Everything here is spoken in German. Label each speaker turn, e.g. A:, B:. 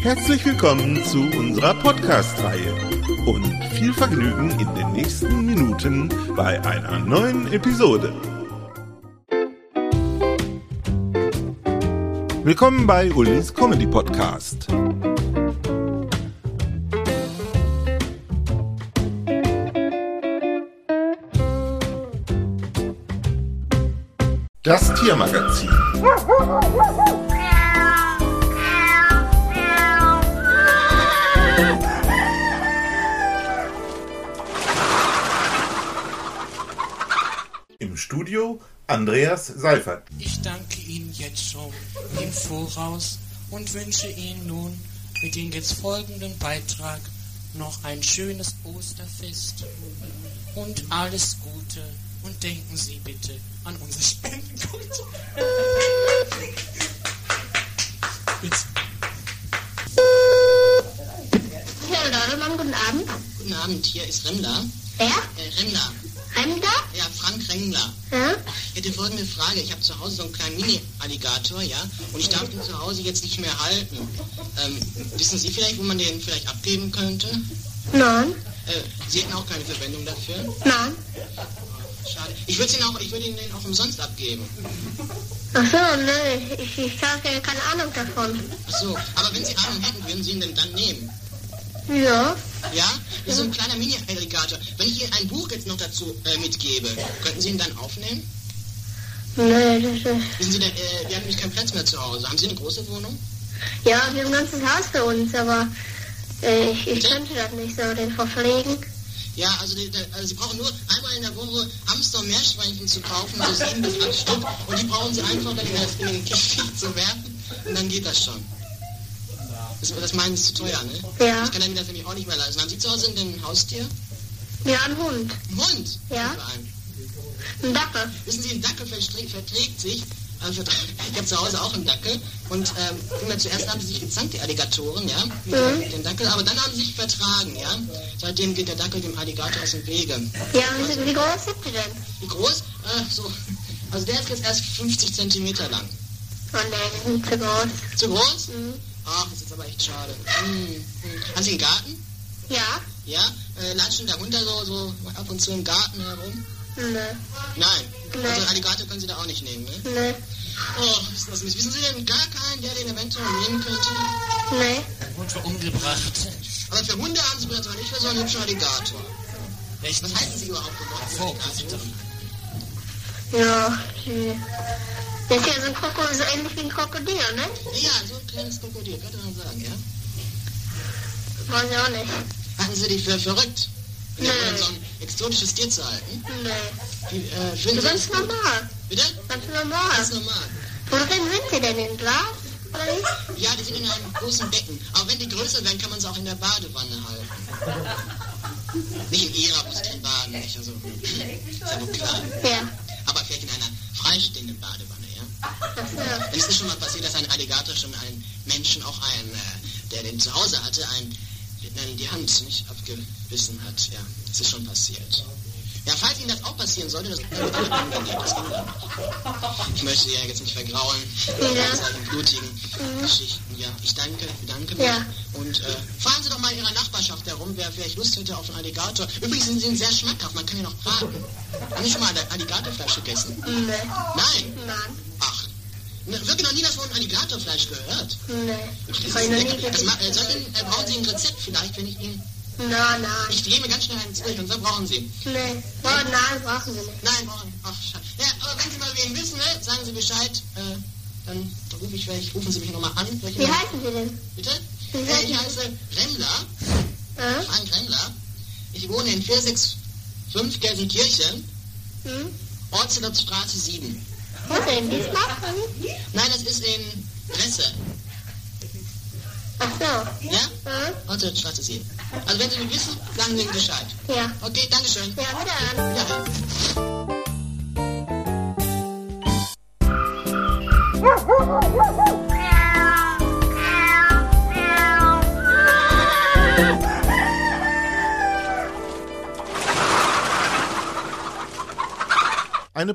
A: Herzlich willkommen zu unserer Podcast-Reihe und viel Vergnügen in den nächsten Minuten bei einer neuen Episode. Willkommen bei Ulis Comedy Podcast. Das Tiermagazin. Im Studio Andreas Seifert.
B: Ich danke Ihnen jetzt schon im Voraus und wünsche Ihnen nun mit dem jetzt folgenden Beitrag noch ein schönes Osterfest und alles Gute und denken Sie bitte an unser Spendenkonto. Bitte.
C: Herr Lordemann, guten Abend.
B: Guten Abend, hier ist Remmler.
C: Wer?
B: Äh, Remmler.
C: Fremder?
B: Ja, Frank Remmler.
C: Ja?
B: Ich hätte folgende Frage. Ich habe zu Hause so einen kleinen Mini-Alligator, ja, und ich darf den zu Hause jetzt nicht mehr halten. Ähm, wissen Sie vielleicht, wo man den vielleicht abgeben könnte?
C: Nein.
B: Äh, Sie hätten auch keine Verwendung dafür?
C: Nein.
B: Schade. Ich würde ihn auch, ich würde ihn den auch umsonst abgeben.
C: Ach so, nee. Ich, ich habe keine Ahnung davon.
B: Ach so, aber wenn Sie Ahnung hätten, würden Sie ihn denn dann nehmen?
C: Ja?
B: Ja? Das ist so ein kleiner Mini-Alligator. Wenn ich Ihnen ein Buch jetzt noch dazu äh, mitgebe, könnten Sie ihn dann aufnehmen?
C: Nee, das ist...
B: Wissen Sie denn, äh, wir haben nämlich keinen Platz mehr zu Hause. Haben Sie eine große Wohnung?
C: Ja, wir haben ein ganzes Haus für uns, aber äh, ich, ich könnte das nicht so, den verpflegen.
B: Ja, also, die, die- also Sie brauchen nur einmal in der Woche Hamster und Meerschweinchen zu kaufen, so sieben bis acht Stück. Und die brauchen Sie einfach dann in den- in den Käfig zu werfen. Und dann geht das schon. Das, das meinen Sie ist zu teuer, ne?
C: Ja.
B: Ich kann mir das nämlich auch nicht mehr leisten. Haben Sie zu Hause denn ein Haustier?
C: Ja, ein Hund.
B: Ein Hund?
C: Ja.
B: Vor allem.
C: Ein Dackel.
B: Wissen Sie, ein Dackel verträgt, verträgt sich. äh, verträgt- Ich habe zu Hause auch einen Dackel und ähm, immer zuerst haben sie sich gezankt, die Alligatoren, ja, mit dem Dackel, aber dann haben sie sich vertragen, ja. Seitdem geht der Dackel dem Alligator aus dem Wege.
C: Ja, und wie, wie groß sind die denn?
B: Wie groß? Äh, so. Also der ist jetzt erst 50 Zentimeter lang.
C: Oh nee, die sind zu groß.
B: Zu groß?
C: Mhm.
B: Ach, das ist aber echt schade. Hm. hm. Haben Sie einen Garten?
C: Ja?
B: Ja? Äh, latschen da runter so, so ab und zu im Garten herum?
C: Nee.
B: Nein.
C: Nein.
B: Also Alligator können Sie da auch nicht nehmen, ne?
C: Nee.
B: Oh, ist das Mist. Wissen Sie denn gar keinen, der den eventuell nehmen könnte?
C: Nee.
D: Hund war umgebracht.
B: Aber für Hunde haben Sie mir das aber nicht für so einen hübschen Alligator. Was halten Sie überhaupt von
D: Vogt.
B: Alligator?
C: Ja. hm. Das ist ja so ein Krokodil, so ähnlich wie ein Krokodil, ne?
B: Ja, so ein kleines Krokodil, könnte man sagen, ja?
C: Weiß ich auch nicht.
B: Halten Sie die für verrückt? Wenn
C: Nein.
B: nee. so ein exotisches Tier zu halten?
C: Nee.
B: Die, äh, finden Sie
C: Ganz
B: das gut?
C: normal.
B: Bitte?
C: Ganz
B: Ganz
C: normal.
B: normal.
C: Worin sind sie denn? In Glas? Oder nicht?
B: Ja, die sind in einem großen Becken. Aber wenn die größer werden, kann man sie auch in der Badewanne halten. Nicht in ihrer, muss drin baden, nicht? Also, ist ja wohl klar.
C: Ja.
B: Aber vielleicht in einer freistehenden Badewanne, ja?
C: Ach so.
B: Es ist schon mal passiert, dass ein Alligator schon einen Menschen, auch einen, äh, der den zu Hause hatte, einen, nein, die Hand nicht abgebissen hat. Ja, das ist schon passiert. Ja, falls Ihnen das auch passieren sollte, das, das kann man nicht. Das kann man nicht. Ich möchte Sie ja jetzt nicht vergraulen.
C: Ja. Mhm.
B: Das sind blutigen Geschichten. Ja, ich danke, bedanke mich.
C: Ja.
B: Und äh, fragen Sie doch mal in Ihrer Nachbarschaft herum, wer vielleicht Lust hätte auf einen Alligator. Übrigens sind sie sehr schmackhaft, man kann ja noch braten. Haben Sie schon mal eine Alligatorfleisch gegessen?
C: Nee.
B: Nein.
C: Nein.
B: Ach, ne, wirklich noch nie was von Alligatorfleisch gehört.
C: Nee.
B: Das
C: Hab ich noch nie
B: das ma- äh,
C: gegessen.
B: soll ich- äh, brauchen Sie ein Rezept vielleicht, wenn ich Ihnen...
C: Nein, nein.
B: Ich gehe mir ganz schnell eins durch und so brauchen Sie.
C: Nee. Oh nein, brauchen sie nicht.
B: Nein, brauchen Ach, schade. Ja, aber wenn Sie mal wen wissen, ne, sagen Sie Bescheid. Äh, dann rufe ich vielleicht, rufen Sie mich nochmal an. Welche
C: Wie
B: Nummer-
C: heißen sie denn?
B: Bitte?
C: Wie
B: Äh,
C: heißt-
B: ich heiße Remmler,
C: Äh?
B: Frank Remmler. Ich wohne in 465 Gelsenkirchen,
C: Hm?
B: Ortslotstraße 7.
C: Wo denn? Diesmal?
B: Nein, das ist in Dresse.
C: Ach so.
E: Ja?
C: Hm?
E: Und dann schreibt es ihr. Also wenn Sie nicht wissen, sagen Sie ihm Bescheid.
C: Ja.
E: Okay, Dankeschön.
C: Ja, wieder an.
E: Ja.
A: Eine